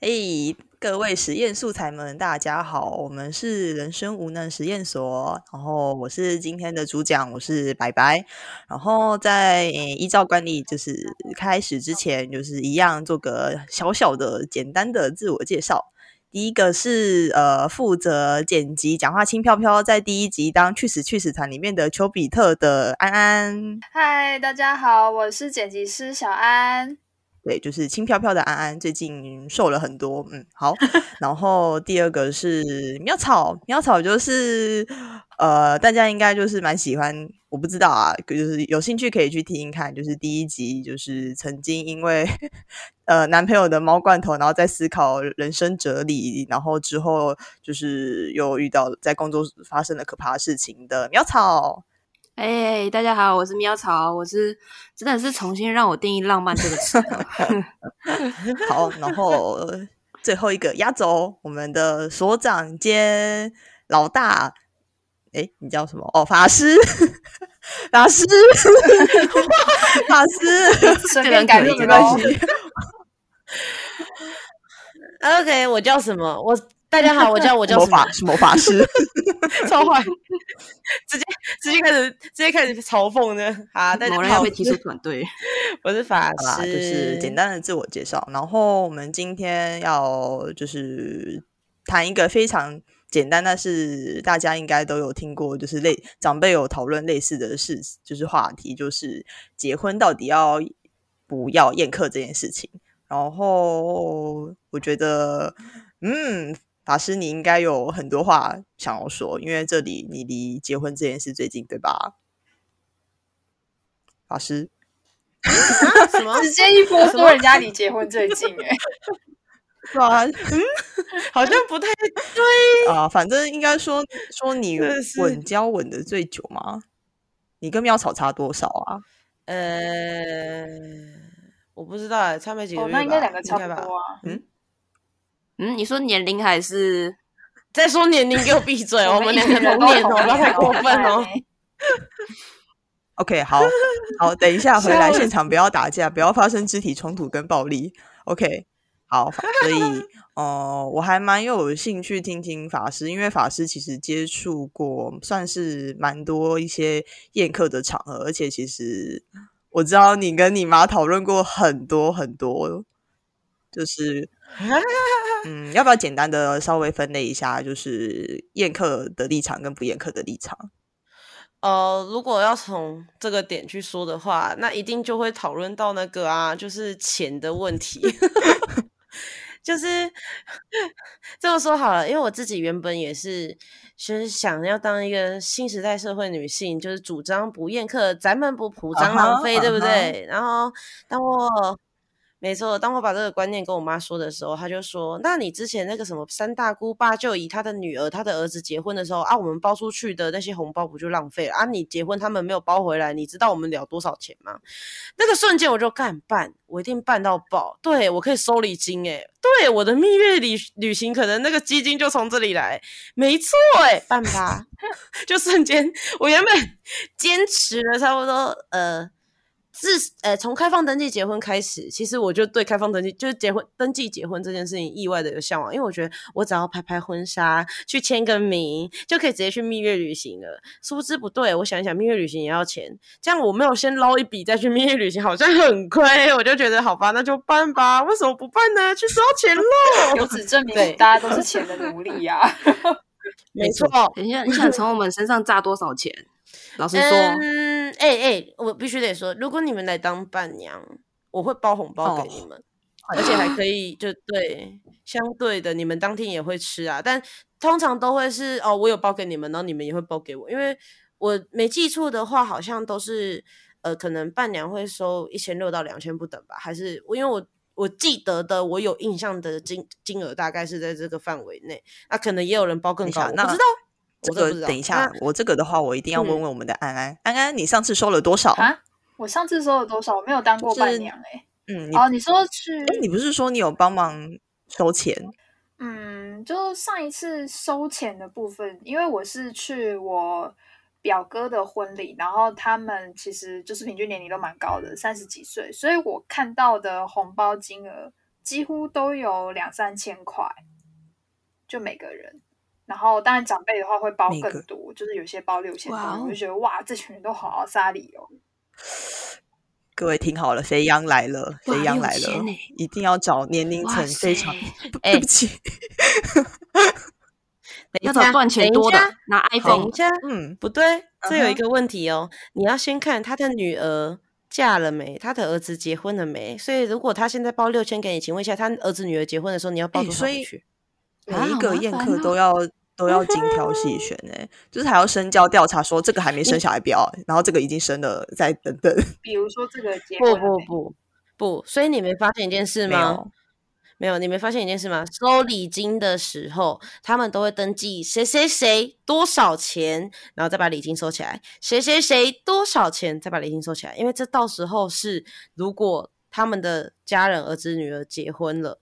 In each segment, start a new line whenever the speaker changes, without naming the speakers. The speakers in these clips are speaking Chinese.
嘿、各位实验素材们，大家好，我们是人生无能实验所。然后我是今天的主讲，我是白白。然后在、呃依照惯例，就是开始之前，就是一样做个小小的、简单的自我介绍。第一个是呃，负责剪辑、讲话轻飘飘，在第一集当去死去死团里面的丘比特的安安。
嗨，大家好，我是剪辑师小安。
对，就是轻飘飘的安安，最近瘦了很多，嗯，好。然后第二个是苗草，苗草就是呃，大家应该就是蛮喜欢，我不知道啊，就是有兴趣可以去听听看，就是第一集就是曾经因为呃男朋友的猫罐头，然后在思考人生哲理，然后之后就是又遇到在工作发生了可怕的事情的苗草。
哎、大 家好，我是喵草，我是真的是重新让我定义“浪漫”这个词了。
好，然后最后一个压轴，我们的所长兼老大，哎，你叫什么？哦，法师，法师，法师，
随
这
便哦
人
改
可以
名
没
吧
关
喽。
系，
OK，我叫什么？我大家好，我叫我叫
魔
什么
法？是魔法师，
超坏， 直接直接开始直接开始嘲讽呢。好，大家
某人
好，
要
我
被踢出
是
团队，
我是法
好啦，
师，
就是简。单的自我介绍。然后我们今天要就是谈一个非常简单，但是大家应该都有听过，就是类长辈有讨论类似的事，就是话题，就是结婚到底要不要宴客这件事情。然后我觉得，嗯，法师你应该有很多话想要说，因为这里你离结婚这件事最近，对吧？法师。
啊什
哦
么？
直接一波说人家你结婚最近 哎、
对啊，
好像不太
啊、反正应该说说你
真的是
稳交稳的最久吗？你跟妙草差多少啊？
呃，我不知道哎，差没几个
哦，
月吧，
那应该两个差不
吧
多啊。
嗯，你说年龄还是
再说年龄给我闭嘴，我们两个
一人
同年
都
哦，不要太过分
哎
哦。
OK，好好，等一下回来
笑
现场不要打架，不要发生肢体冲突跟暴力。OK，好，法所以呃，我还蛮有兴趣听听法师，因为法师其实接触过算是蛮多一些宴客的场合，而且其实我知道你跟你妈讨论过很多很多，就是。嗯，要不要简单的稍微分类一下，就是宴客的立场跟不宴客的立场？
呃，如果要从这个点去说的话，那一定就会讨论到那个啊，就是钱的问题。就是 这么说好了，因为我自己原本也是，就是想要当一个新时代社会女性，就是主张不宴客，咱们不铺张
啊哈
浪费对不
啊哈
对？然后当我没错，当我把这个观念跟我妈说的时候，她就说：“那你之前那个什么三大姑八舅姨，她的女儿、她的儿子结婚的时候啊，我们包出去的那些红包不就浪费了啊？你结婚他们没有包回来，你知道我们了多少钱吗？”那个瞬间我就干办，我一定办到爆，对我可以收礼金诶、对我的蜜月旅旅行可能那个基金就从这里来，没错诶、办吧， 就瞬间我原本坚持了差不多呃，自呃从开放登记结婚开始，其实我就对开放登记就是结婚登记结婚这件事情意外的有向往，因为我觉得我只要拍拍婚纱，去签个名就可以直接去蜜月旅行了。殊不知不对，我想一想，蜜月旅行也要钱，这样我没有先捞一笔再去蜜月旅行，好像很亏。我就觉得好吧，那就办吧，为什么不办呢？去烧钱喽！
由此证明
对
大家都是钱的奴隶啊！
没错，
等一下你想从我们身上榨多少钱？老实说，
嗯，哎、哎、我必须得说，如果你们来当伴娘，我会包红包给
哦啊
你们，而且还可以就对相对的，你们当天也会吃啊，但通常都会是哦，我有包给你们，然后你们也会包给我，因为我没记错的话，好像都是呃，可能伴娘会收一千六到两千不等吧，还是我因为我。我记得的，我有印象的金金额大概是在这个范围内，那、可能也有人包更
等一
高，
下
我
那
不知道，
这
我
个
真的不知道
等一下
那，
我这个的话，我一定要问
嗯
问我们的安安。安安，你上次收了多少？
啊，我上次收了多少？我没有当过伴娘哎、
嗯，你、
哦，你说去
诶你不是说你有帮忙收钱？
嗯，就上一次收钱的部分，因为我是去我表哥的婚礼，然后他们其实就是平均年龄都蛮高的，三十几岁，所以我看到的红包金额几乎都有两三千块，就每个人。然后当然长辈的话会包
每个
更多，就是有些包六千多
哇，哦
我就觉得哇，这群人都好好沙里哦。
各位听好了，肥羊来了，
哇
肥羊来
6000
了
呢，
一定要找年龄层非常
哇塞
不
哎
对不起，
要找赚钱多的，拿
等
iPhone
一。下，
嗯，
不对，这有
嗯哼
一个问题哦，你要先看他的女儿嫁了没，他的儿子结婚了没。所以如果他现在报六千给你，请问一下，他儿子女儿结婚的时候你要报
哎
多少
所
回
以
去？
每
啊
一
好
个
麻
宴
烦
客
哦
都要都要精挑细选哎、就是还要深交调查说这个还没生小孩不要，然后这个已经生了再等等，
比如说这个结婚
不
了
不
没
不不，所以你没发现一件事
没
吗？
有
没有，你没发现一件事吗？收礼金的时候，他们都会登记谁谁谁多少钱，然后再把礼金收起来；谁谁谁多少钱，再把礼金收起来。因为这到时候是，如果他们的家人、儿子、女儿结婚了，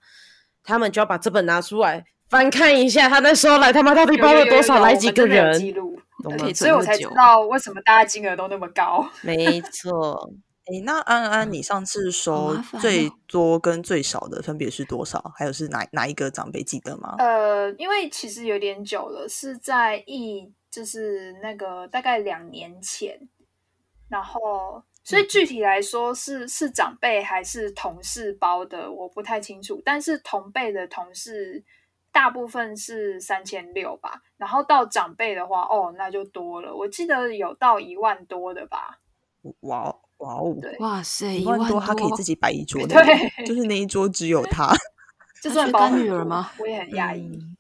他们就要把这本拿出来翻看一下，他那时候来他妈到底
有
包
有
了
有
多
有
少，
有
来
我
几
们
个
真的有记
人，
录，
懂
可
吗
以？
所以
存
我
那
才
么
知
久
道为什么大家金额都那么高。
没错，
哎、那安安，你上次收
麻烦
最
哦
多跟最少的分别是多少？还有是哪哪一个长辈记得吗？
呃，因为其实有点久了，是在一就是那个大概两年前，然后所以具体来说是是长辈还是同事包的，我不太清楚。但是同辈的同事大部分是三千六吧，然后到长辈的话，哦，那就多了，我记得有到一万多的吧。
哇哦哇哦，
对
哇塞，
一
一
万
万
多，他可以自己摆一桌的，
对
就是那一桌只有他。
就
他
算
缺
包
干
很
女儿
多
吗？
我也很讶异。
嗯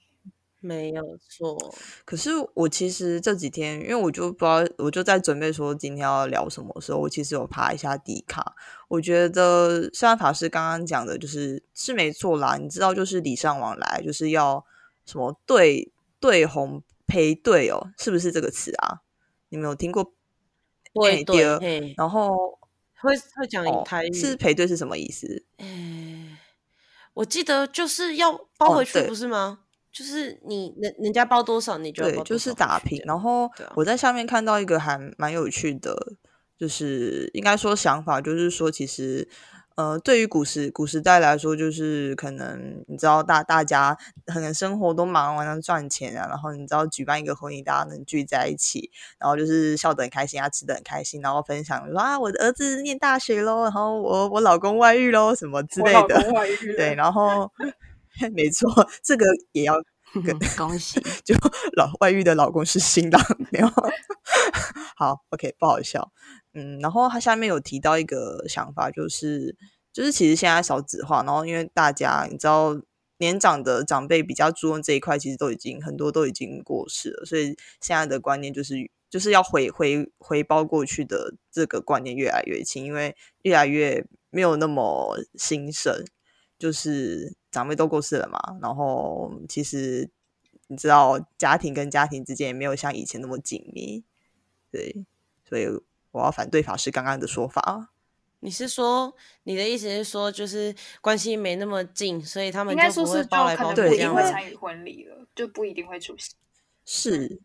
没有 错。
可是我其实这几天，因为我就不知道，我就在准备说今天要聊什么的时候，我其实有爬一下迪卡。我觉得虽然法师刚刚讲的，就是是没错啦，你知道，就是礼尚往来，就是要什么对对红配对哦，是不是这个词啊？你们有听过？
哎
对
对
对，嘿
然后
会会讲
哦
台语、
是配对是什么意思？
哎，我记得就是要包
哦
回去，
对
不是吗？就是你人人家包多少，你就要
对
包，
就
多
是
少
打
回去
平。
这样
然后
对啊
我在下面看到一个还蛮有趣的，就是应该说想法，就是说其实。呃，对于古时古时代来说，就是可能你知道大大家可能生活都忙完了赚钱啊，然后你知道举办一个婚礼，大家能聚在一起，然后就是笑得很开心啊，吃得很开心，然后分享说啊，我的儿子念大学喽，然后我我老公外遇喽，什么之
我
类
老
的
公，外遇了
对，然后 没错，这个也要
嗯恭喜！
就 老外遇的老公是新郎，没有。 好，OK，不好笑。嗯，然后他下面有提到一个想法，就是就是其实现在少子化，然后因为大家你知道年长的长辈比较注重这一块，其实都已经很多都已经过世了，所以现在的观念就是就是要回回回包过去的这个观念越来越轻，因为越来越没有那么兴盛，就是长辈都过世了嘛，然后其实你知道家庭跟家庭之间也没有像以前那么紧密，对，所以我要反对法师刚刚的说法。
你是说你的意思是说，就是关系没那么近，所以他们
应该
就
说
不
是
会
就
包来
可
包
能
去
对
不
这
一
因
定
样
会
为
子？
参与婚礼了，就不一定会出席。
是，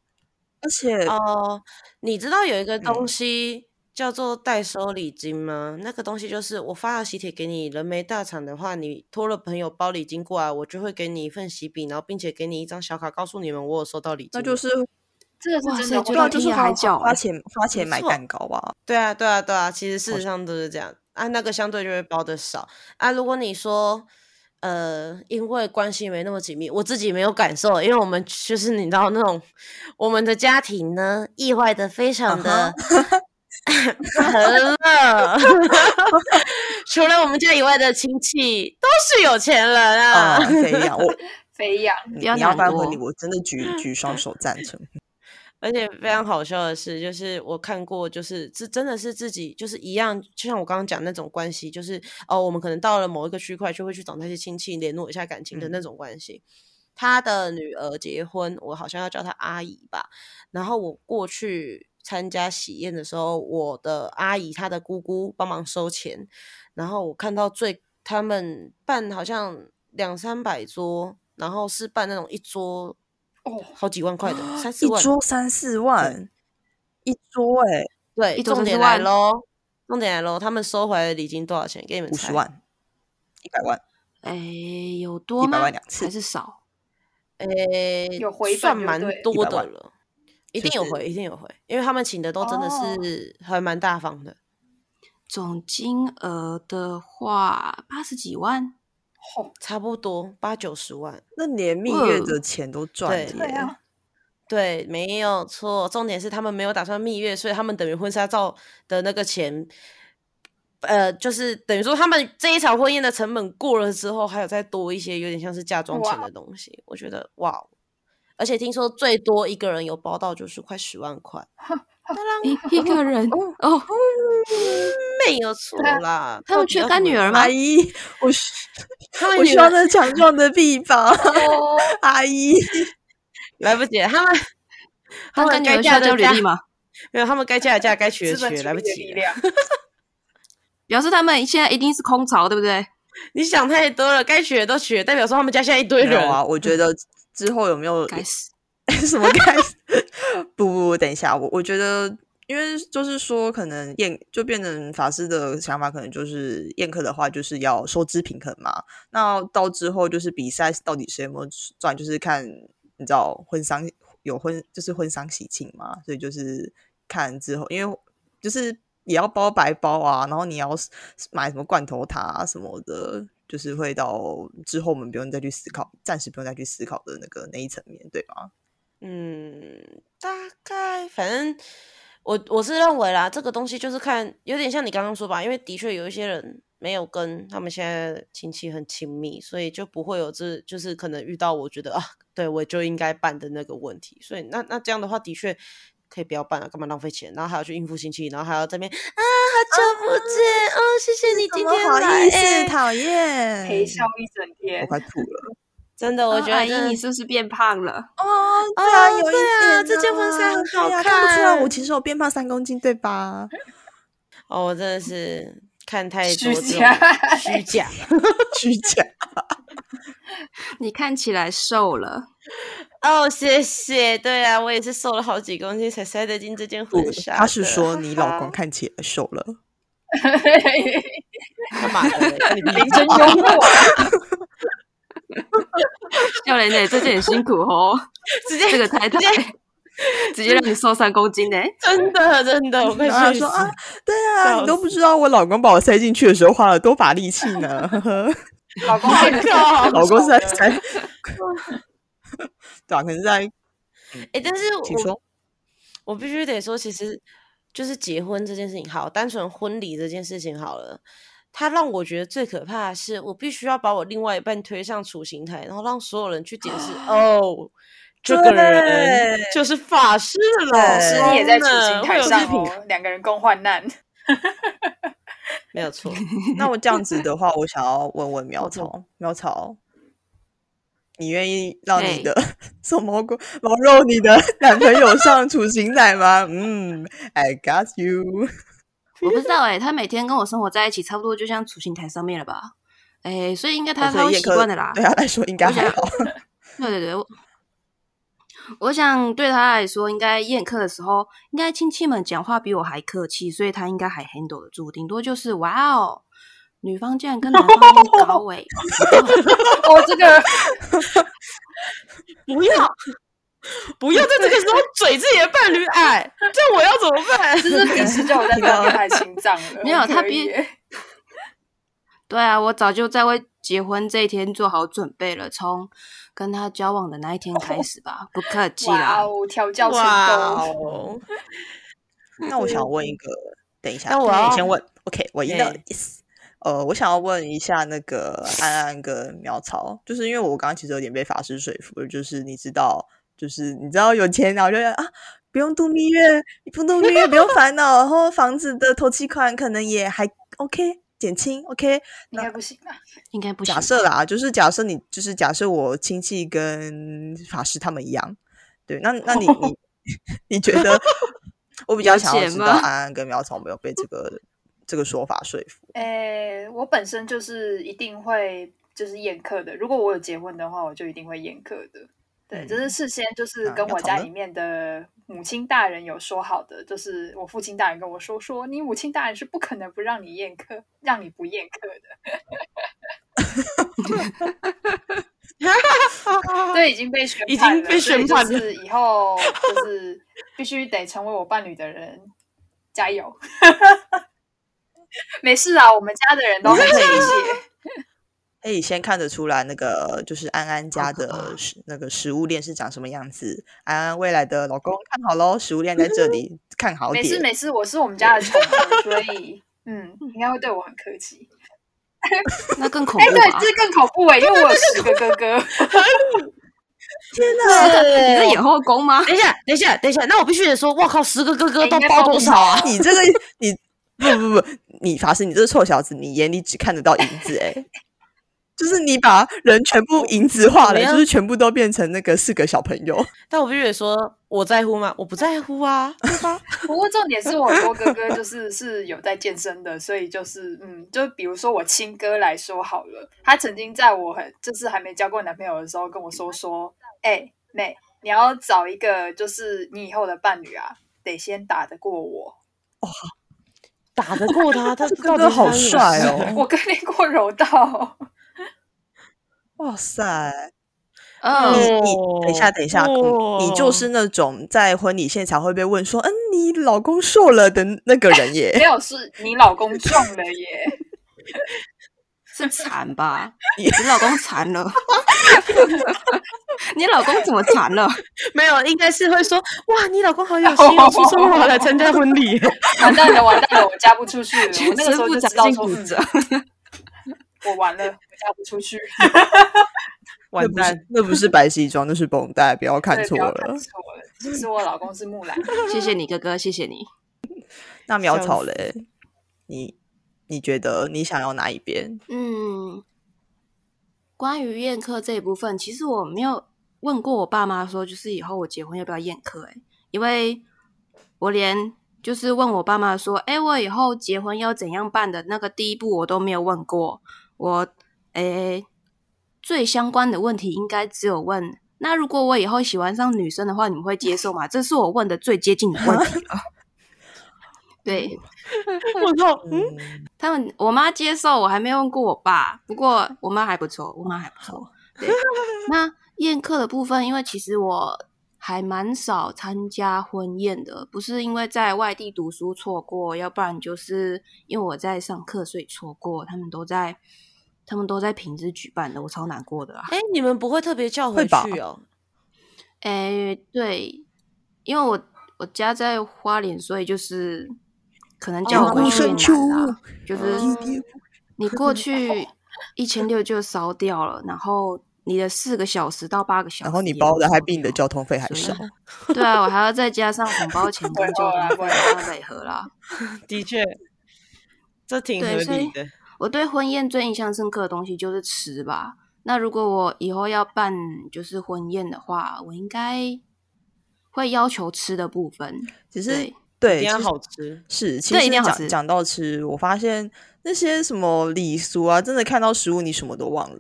而且
哦，你知道有一个
嗯
东西叫做代收礼金吗？那个东西就是我发了喜帖给你，人没到场的话，你托了朋友包礼金过来，我就会给你一份喜饼，然后并且给你一张小卡，告诉你们我有收到礼金
那
了。
就是
这个
哇
是真
塞
的
就
会
对啊，
到
有，
就是
天涯海
花
角
花
欸
钱花钱买
错
蛋糕吧。
对啊，对啊，对啊，其实事实上都是这样啊。那个相对就会包的少啊。如果你说，呃，因为关系没那么紧密，我自己没有感受，因为我们就是 你知道那种我们的家庭呢，意外的非常的很乐， 除了我们家以外的亲戚都是有钱人啊。
啊，可以 啊，我
飞扬。
你
不要
你要
难
办婚礼，
过
我真的 举举双手赞成。
而且非常好笑的是，就是我看过，就是是真的是自己就是一样，就像我刚刚讲那种关系，就是哦，我们可能到了某一个区块，就会去找那些亲戚联络一下感情的那种关系。他的女儿结婚，我好像要叫她阿姨吧。然后我过去参加喜宴的时候，我的阿姨她的姑姑帮忙收钱，然后我看到最他们办好像两三百桌，然后是办那种一桌
哦
好几万块的，三四
一
万。
桌三四万，一桌哎、
对，
一桌
重
30
点来
万
喽，重点来喽，他们收回来的礼金多少钱？给你们
五十
猜，
万，一百万，
哎，有多
100
吗？
万两次
还是少？
诶、
有回本
算
就
蛮
对
多
100
的
万
了，一
就
定有
是
回，一定有回，因为他们请的都真的
哦
是还蛮大方的。
总金额的话，八十几万，
哦，
差不多八九十万，
那连蜜月
嗯
的钱都赚了
对
对
耶，
啊，
对，没有错。重点是他们没有打算蜜月，所以他们等于婚纱照的那个钱，呃，就是等于说他们这一场婚宴的成本过了之后，还有再多一些有点像是嫁妆钱
哇
的东西。我觉得哇哦，而且听说最多一个人有包到就是快十万块，
一一个人哦，
没有错啦。
啊他们
到底
缺
要
干
怎么
女儿吗
阿？姨， 我需
他们
我
女
需
儿
要那强壮的臂膀，
哦，
阿姨，
来不及了， 他们他
他
们
跟女
该
儿
嫁
下
的
交履
嫁
历吗？
没有，他们该嫁的 嫁，该娶的
资本
娶，
主
来不
义的
及
力
了。
量，
表示他们现在一定是空巢，对不对？
你想太多了，该娶的都娶了，代表说他们家现在一堆
没有
嗯
人
啊，。我觉得之后有没有
该死，
什么开始？ 不不不，等一下，我我觉得，因为就是说，可能宴就变成法师的想法，可能就是宴客的话，就是要收支平衡嘛。那到之后就是比赛到底谁有没有赚，就是看你知道婚丧有婚就是婚丧喜庆嘛，所以就是看之后，因为就是也要包白包啊，然后你要买什么罐头塔、啊、什么的。就是会到之后，我们不用再去思考，暂时不用再去思考的那个那一层面对吧？
嗯，大概反正我我是认为啦，这个东西就是看，有点像你刚刚说吧，因为的确有一些人没有跟他们现在的亲戚很亲密，所以就不会有这就是可能遇到我觉得啊，对我就应该办的那个问题，所以那那这样的话的确。可以不要办了、啊干嘛浪费钱？然后还要去应付亲戚，然后还要这边啊，好久不见、哦，谢谢你
怎
今
么
天
好
来，
意思，
哎
讨厌，
陪笑一整
我
天，
快吐了。
真的，我
哦
觉
阿
得
姨
真的
你是不是变胖了？
哦，对啊，有
哦
一
对啊
点、
这件婚纱很好
对啊看不出来
看
我其实我变胖三公斤，对吧？
哦，我真的是看太
虚
多这种
假
虚假了。
虚 假，
你看起来瘦了，
哦，谢谢。对啊，我也是瘦了好几公斤才塞得进这件婚纱的。
他是说你老
哈
公
哈
看起来瘦了，
干嘛的？ 跟你
人真幽默，
教练呢？最近很辛苦哦，
直
这
接
个太太 直接让你瘦三公斤呢。
真的真的，我快
然后他
睡
说
死。
啊，对啊，
笑
你都不知道我老公把我塞进去的时候花了多把力气 呢，呵呵，
老公爱的
靠
老公是在塞， 对啊，可能在，
哎，但是
请说
我我必须得说，其实就是结婚这件事情，好，单纯婚礼这件事情好了。它让我觉得最可怕的是，我必须要把我另外一半推上处刑台，然后让所有人去解释哦，这个人
啊对
就是法师老
法
师
师
公
也在处
呢
刑
会
台
有
上
这种
哦，两个人共患难，
没 有错。
那我这样子的话，我想要问问苗
我懂
草，苗草，你愿意让你
嘿
的 送毛狗毛肉你 的男朋友上处刑台吗？嗯，I got you。
我不知道哎、他每天跟我生活在一起，差不多就像处刑台上面了吧？哎、所以应该他、
所以
他会
叶
习
科
惯的啦。
对他来说应该
我想
还好。
对对对，我我想对他来说，应该宴客的时候，应该亲戚们讲话比我还客气，所以他应该还 handle 得住，顶多就是哇哦，女方竟然跟男方一起搞哎、
哦，这个
不要，不要在这个时候嘴自己的伴侣矮， 这样我要怎么 办？
这是鄙视叫我在锻炼他的心脏了，
没有
我可
他
以
比
耶
对啊，我早就在为结婚这一天做好准备了，从跟他交往的那一天 开始吧，不客气
哇
啦。
哦，调教成
哇
功，
哦！
那我想问一个，等一下，
那我
你
要
先问。OK，我赢了
嘿。
Yes。呃，我想要问一下那个安安跟苗草，就是因为我刚刚其实有点被法师说服了，就是你知道，就是你知道有钱，然后就觉得啊，不用度蜜月，不用度蜜月，不用烦恼，然后房子的头期款可能也还 OK，减轻 OK，
应该不行啊，
应该不行
假，设啦，就是假设你就是假设我亲戚跟法师他们一样，对，那那你你你 觉得我比较
有
想要
哦解
知道
吗
安安跟苗草有没有被这个这个说法说服？
诶，我本身就是一定会就是宴客的。如果我有结婚的话，我就一定会宴客的。对，
嗯
这是事先就是
那
跟
要
我
吵
家
呢
里面的母亲大人有说好的，就是我父亲大人跟我说，说你母亲大人是不可能不让你宴客，让你不宴客的。这已经被宣
已
判
经被
了所以
宣
就
判了
是以后就是必须得成为我伴侣的人，加 油！ 没事啊，我们家的人都很理解。
可以先看得出来，那个就是安安家
好可
的
怕哦
食那个食物链是长什么样子。安安未来的老公看好喽，食物链在这 里，看好
没
点。
事没事，我是我们家的宠物，所以嗯，应该会对我很客气。
那更恐
哎，
怖
对，
啊
吧？
这更恐怖哎，因为我有十个 哥哥。
天
哎
哪，
你在
对
演后宫吗？
等一下，等一下，等一下，那我必须得说，哇靠，十个哥哥
哎
都
应该
包
包
多
不
少啊？
你这个你不不不，你法师，你这个臭小子，你眼里只看得到银子哎、就是你把人全部银子化
怎
了，
么样
就是全部都变成那个四个小朋友。
但我必须得哎说，我在乎吗？我不在乎啊，对吧？
不过重点是我多哥哥就是是有在健身的，所以就是嗯，就比如说我亲哥来说好了，他曾经在我很就是还没交过男朋友的时候跟我说说，哎、妹，你要找一个就是你以后的伴侣啊，得先打得过我。
打得过他，他
哥哥好帅哦！
我跟你过柔 道，
哇塞！
嗯
你，你等一下，
哦
等一下，嗯你你就
哦
是那种在婚礼现场会被问说“嗯，你老公瘦了”的那个人
没
耶。
有是你老公撞了耶，
是 惨吧？
你
你老公惨了， 你老公怎么惨了？
没有，应该是会说，哇，你老公好有心哦，出生我来参加婚礼。
完蛋了完蛋了，我嫁不出去了。我
全
那个
身
时候
不
就
长
知道
进
说，
骨
嗯
折，
我完了，我嫁不出去。
那不是，那不是白西装，那是绷带，不要看
对，
错
不要看
了。
错了。其实我老公是木兰，
谢谢你哥哥，谢谢你。
那苗
笑
草嘞，你你觉得你想要哪一边？
嗯，关于宴客这一部分，其实我没有问过我爸妈说，就是以后我结婚要不要宴客、欸？因为我连就是问我爸妈说，哎、我以后结婚要怎样办的那个第一步我都没有问过。我，哎、最相关的问题应该只有问，那如果我以后喜欢上女生的话，你们会接受吗？这是我问的最接近的问题了。 对，
我靠，嗯，
嗯，
他们我妈接受，我还没问过我爸，不过我妈还不错，我妈还不错。对， 那宴客的部分，因为其实我还蛮少参加婚宴的，不是因为在外地读书错过，要不然就是因为我在上课所以错过，他们都在他们都在平日举办的，我超难过的啊。
哎，你们不会特别 叫
会
回
吧
去哦？
诶，对，因为我我家在花莲，所以就是可能叫
哦
我回去
生
也
出
难啦，就是。
嗯
你过去一千六就烧掉了，然后你的四个小时到八个小时，
然后你包的还比你的
交，
交通费还
所
少啊
以，对啊，我还要再加上红 包钱跟交通费，那得合啦。
的确，这挺合
对所以
理的。
我对婚宴最印象深刻的东西就是吃吧。那如果我以后要办就是婚宴的话，我应该会要求吃的部分。
只是
对，
一
对，
定要
其实
好吃，
是，其
对一
实
定要好
讲
吃
讲到吃，我发现那些什么礼俗啊，真的看到食物你什么都忘 了，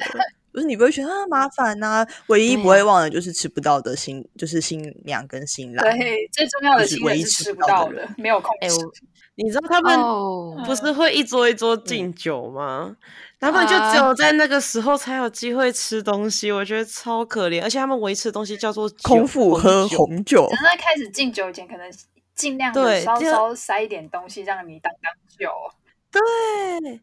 就是你不会觉得啊麻烦呐、唯一
对
不会
啊
忘的就是吃不到的新，就是新娘跟新郎。
对，最重要的
就是
新
唯
人
一
是
吃
吃
不到
不到
的
的，没有空
哎
吃。
我你知道他们
哦，
不是会一桌一桌敬酒吗？他们就只有在那个时候才有机会吃东西，我觉得超可怜。而且他们维持的东西叫做酒
空腹喝
红酒，
红酒
可，是在开始敬酒前，可能尽量地
对
稍
就
稍塞一点东西让你当当酒。
对，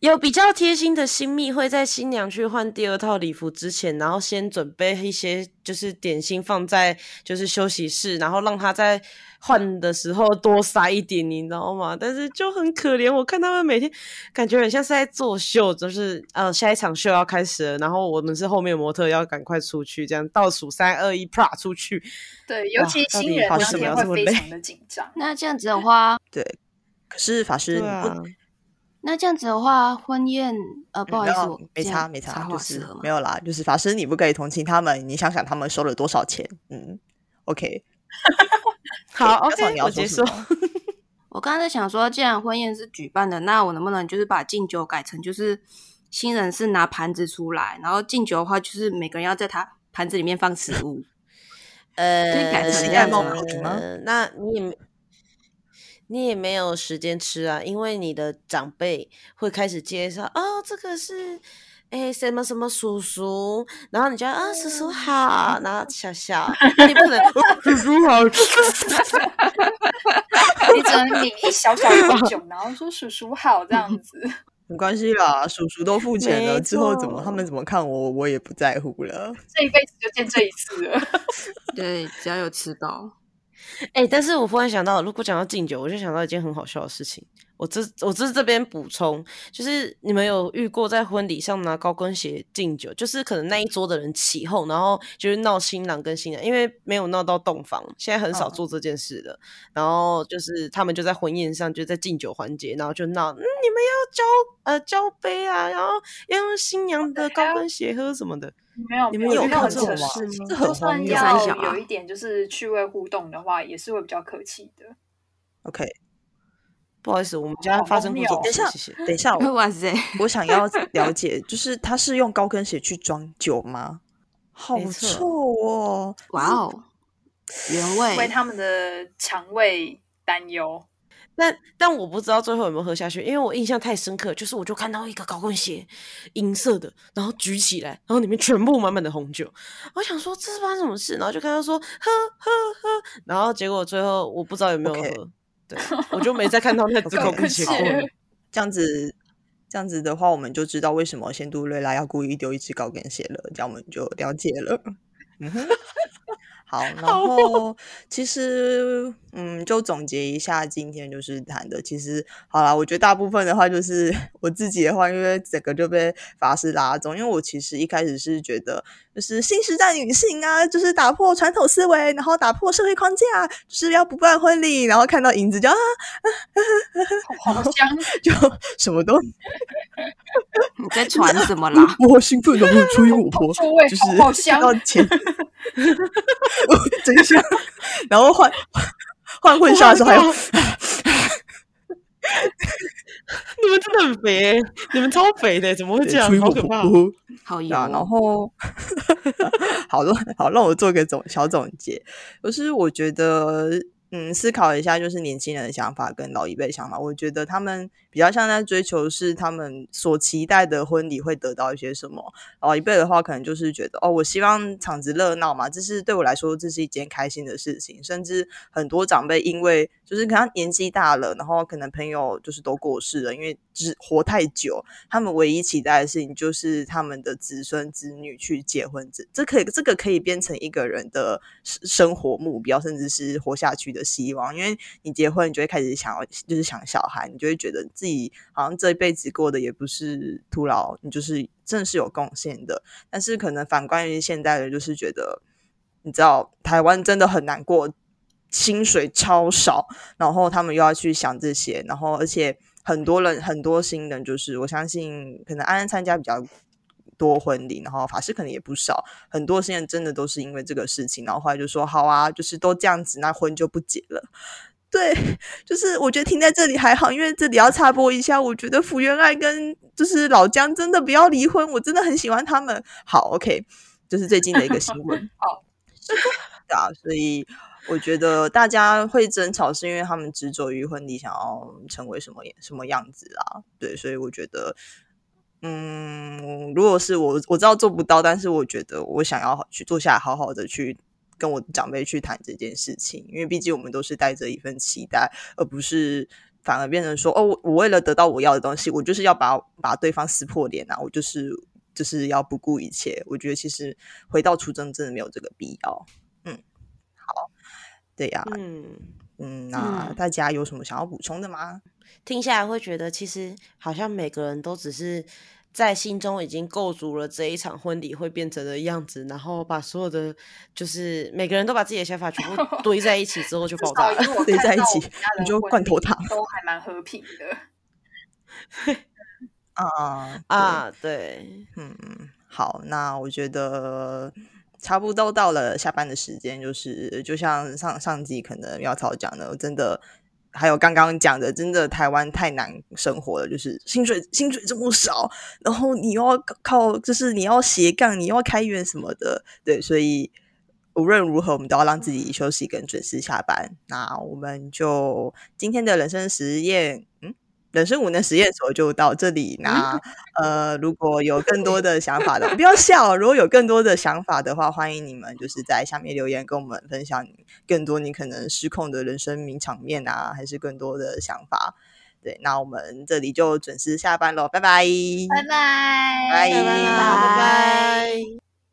有比较贴心的新密会在新娘去换第二套礼服之前，然后先准备一些就是点心放在就是休息室，然后让她在换的时候多塞一点，你知道吗？但是就很可怜，我看他们每天感觉很像是在作秀，就是呃下一场秀要开始了，然后我们是后面模特要赶快出去，这样倒数三二一，啪出去，
对，尤
哇
其
到
新
底
人
发
当
生
天
了这么
会非
累
常的紧张。
那这样子的话，
对。可是法师，
对
你不
啊，
那这样子的话，婚宴呃，不好
嗯没
意思，
有
我
没
这
差
样
没
插
差，
话
就是
适合吗
没有啦，就是法师你不可以同情他们，你想想他们收了多少钱，嗯，OK，
好
对那场你
，OK，
要
我
说
结
什
束
么。
我刚才在想说，既然婚宴是举办的，那我能不能就是把敬酒改成就是新人是拿盘子出来，然后敬酒的话就是每个人要在他盘子里面放食物。
呃，
可以改成
这样吗吗
那你也没你也没有时间吃啊，因为你的长辈会开始介绍哦，这个是哎、什么什么叔叔，然后你就啊叔叔
哦
好，然后笑笑， 那你不能叔叔好，
你只能抿一小小 一酒，然后说叔叔好这样子。
没关系啦，叔叔都付钱了，
没
之后怎么
错
他们怎么看我，我也不在乎了。
这一辈子就见这一次了。
对，只要有吃到，
哎、但是我忽然想到，如果讲到敬酒，我就想到一件很好笑的事情。我这我这这边补充，就是你们有遇过在婚礼上拿高跟鞋敬酒，就是可能那一桌的人起哄，然后就是闹新郎跟新娘，因为没有闹到洞房，现在很少
嗯
做这件事了。然后就是他们就在婚宴上就在敬酒环节，然后就闹，嗯，你们要交呃交杯啊，然后要用新娘的高跟鞋喝什么的。
没有，
你
没
们有
遇到
看
很
这
扯
种吗
事
这
就
很荒
算
谬。哦
三小
要
啊
有一点就是趣味互动的话，也是会比较客气的。
OK，
不好意思，我们家
好
发生过这
荒
哦
谬
种事，谢谢。
等一下，我
哇塞，
我想要 了解，就是他是用高跟鞋去装酒吗？好
没错
臭哦！
哇哦，原
为
味，
他们的肠胃担 忧。
但但我不知道最后有没有喝下去，因为我印象太深刻，就是我就看到一个高跟鞋，银色的，然后举起来，然后里面全部满满的红酒。我想说这是发生什么事，然后就看他说喝喝喝，然后结果最后我不知道有没有喝
OK
对我就没再看到那只高
高
跟
跟
鞋
鞋
过了。
这样子，这样子的话，我们就知道为什么仙杜瑞拉要故意丢一只高跟鞋了，这样我们就了解了。嗯哼，好，哦然后其实，嗯，就总结一下今天就是谈的，其实好啦，我觉得大部分的话就是 我自己的话，因为整个就被法师拉中，因为我其实一开始是觉得就是新时代女性啊，就是打破传统思维，然后打破社会框架，就是要不办婚礼，然后看到影子就啊，
好好香，
就什么都
你在传什么啦？
我好兴奋的，我初音我婆
座位
就
好好
是
香
看到前，我真香。然后换 换婚纱的时候还有，
你们真的很肥、欸，你们超肥的、怎么会这样
初？音
好
我
可怕！哦
婆。
好油，哦
对啊，然后 好了，好让我做个总小总结，就是我觉得，嗯，思考一下，就是年轻人的想法跟老一辈的想法，我觉得他们比较像在追求是他们所期待的婚礼会得到一些什么。老一辈的话，可能就是觉得，哦，我希望场子热闹嘛，这是对我来说这是一件开心的事情。甚至很多长辈因为就是可能他年纪大了，然后可能朋友就是都过世了，因为只活太久，他们唯一期待的事情就是他们的子孙子女去结婚，这这可以这个可以变成一个人的生生活目标，甚至是活下去的希望。因为你结婚，你就会开始想要，就是想小孩，你就会觉得自己好像这一辈子过得也不是徒劳，你就是真的是有贡献的。但是可能反观于现代人，就是觉得，你知道台湾真的很难过，薪水超少，然后他们又要去想这些，然后而且很多人很多新人，就是我相信可能安安参加比较多婚礼，然后法师可能也不少，很多新人真的都是因为这个事情，然后后来就说好啊，就是都这样子，那婚就不结了。对， 就是我觉得停在这里还好，因为这里要插播一下，我觉得福原爱跟就是老姜真的不要离婚，我真的很喜欢他们。好，OK，这是最近的一个新闻。
好，
对啊，所以我觉得大家会争吵，是因为他们执着于婚礼想要成为什么什么样子啊。对，所以我觉得，嗯，如果是我，我知道做不到，但是我觉得我想要去坐下来，好好的去跟我的长辈去谈这件事情，因为毕竟我们都是带着一份期待，而不是。反而变成说，哦，我我为了得到我要的东西，我就是要把把对方撕破脸啊！我就是就是要不顾一切。我觉得其实回到初衷真的没有这个必要。嗯，好，对呀、
嗯。
嗯，那
嗯
大家有什么想要补充的吗？
听下来会觉得，其实好像每个人都只是在心中已经构筑了这一场婚礼会变成的样子，然后把所有的就是每个人都把自己的想法全部堆在一起之后就
至
爆
少
炸了。
以我
对
看
在一
到
起
我们家的
你就
婚
罐头嗯
礼
糖
都还蛮和平的。
啊
啊，对，
嗯，好，那我觉得差不多到了下班的时间，就是就像上上集可能妙草讲的，真的。还有刚刚讲的，真的台湾太难生活了，就是薪水薪水这么少，然后你又要靠，就是你要斜杠，你又要开源什么的，对，所以无论如何，我们都要让自己休息跟准时下班。那我们就今天的人生实验，嗯，人生无能实验所就到这里。那呃，如果有更多的想法的，不要笑。如果有更多的想法的话，欢迎你们就是在下面留言跟我们分享更多你可能失控的人生名场面啊，还是更多的想法。对，那我们这里就准时下班喽，拜拜，
拜拜，
拜
拜拜。